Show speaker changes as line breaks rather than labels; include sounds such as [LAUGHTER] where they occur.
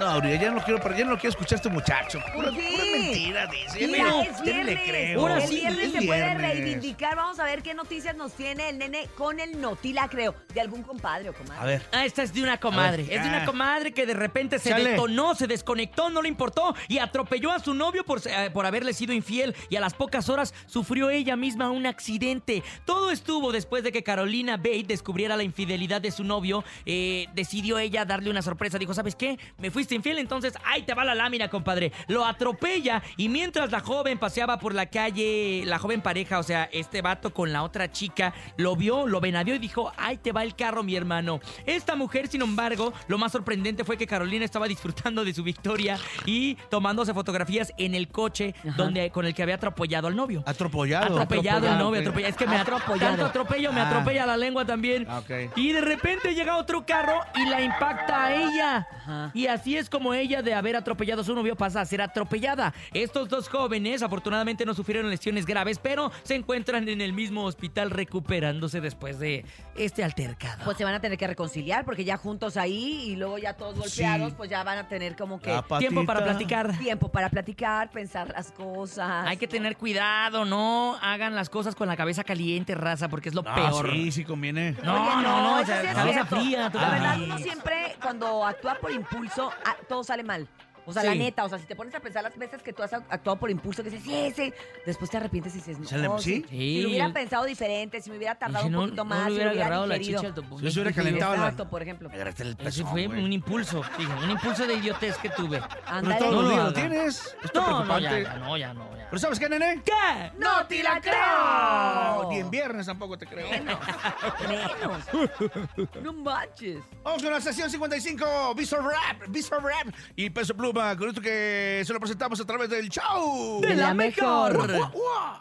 No, Aurea, ya no quiero, pero ya no quiero escuchar a este muchacho. Pura,
¿Por qué?
pura mentira, dice. Ya
Mira,
no-
es
ya ni
viernes.
le creo.
El
Ahora
viernes
sí,
se
es
puede
viernes.
reivindicar. Vamos a ver qué noticias nos tiene el nene con el notila, creo. De algún compadre o comadre.
A ver.
Ah, esta es de una comadre.
A ver,
es de
ah.
una comadre que de repente se
Chale.
detonó, se desconectó, no le importó y atropelló a su novio por, eh, por haberle sido infiel y a las pocas horas sufrió ella misma un accidente. Todo estuvo después de que Carolina Bate descubriera la infidelidad de su novio. eh, decidió ella darle una sorpresa. Dijo, ¿sabes qué? Me fuiste infiel, entonces ahí te va la lámina, compadre. Lo atropella y mientras la joven paseaba por la calle, la joven pareja, o sea, este vato con la otra chica, lo vio, lo venadeó y dijo, ahí te va el carro, mi hermano. Esta mujer, sin embargo, lo más sorprendente fue que Carolina estaba disfrutando de su victoria y tomándose fotografías en el coche
Ajá.
donde, con el que había atropellado al novio.
Atropellado.
Atropellado el novio,
ok.
atropellado. Es que me atropelló.
Atropellado.
Tanto atropello, me
Ah.
atropella la lengua también.
Ah, ok.
Y de repente llega otro carro y la impacta a ella.
Ajá.
Y así es como ella, de haber atropellado a su novio, pasa a ser atropellada. Estos dos jóvenes, afortunadamente, no sufrieron lesiones graves, pero se encuentran en el mismo hospital recuperándose después de este altercado.
Pues se van a tener que reconciliar porque ya juntos ahí y luego ya todos
Sí.
golpeados, pues ya van a tener como que
La patita.
Tiempo para platicar.
tiempo para platicar, pensar las cosas.
Hay que tener cuidado, no hagan las cosas con la cabeza caliente, raza, porque es lo
Ah,
peor.
sí, sí conviene.
No,
Oye,
no, no,
eso
o sea,
sí es
cabeza
cierto.
fría. tú
La
también.
verdad, uno siempre cuando actúa por impulso, a- todo sale mal. O sea, la
Sí.
neta, o sea, si te pones a pensar las veces que tú has actuado por impulso, que dices, sí, ese, después te arrepientes y dices, no,
Sale-
si,
¿sí?
Sí,
si lo hubiera
el-
pensado diferente, si me hubiera
Y
tardado
si
un poquito más,
le
si
hubiera
lo hubiera
agarrado
digerido.
la chicha al
Si se hubiera calentado la-
Exacto, por ejemplo.
Me agarraste el
Eso
pezón,
fue
güey.
un impulso, fíjate, un impulso de idiotez que tuve.
Pero
Ándale.
todos
No
los
lo
días lo
haga.
tienes. Está
No, no, ya,
preocupante.
ya, no, ya, no, ya.
Pero ¿sabes qué, nene?
¿Qué?
¡No te la creo!
Ni en viernes tampoco te creo.
Menos. Menos.
[LAUGHS]
No manches.
Vamos con la sección 55, Viso Rap, Viso Rap y Peso Pluma, con esto que se lo presentamos a través del show.
De la mejor.
Ua, ua.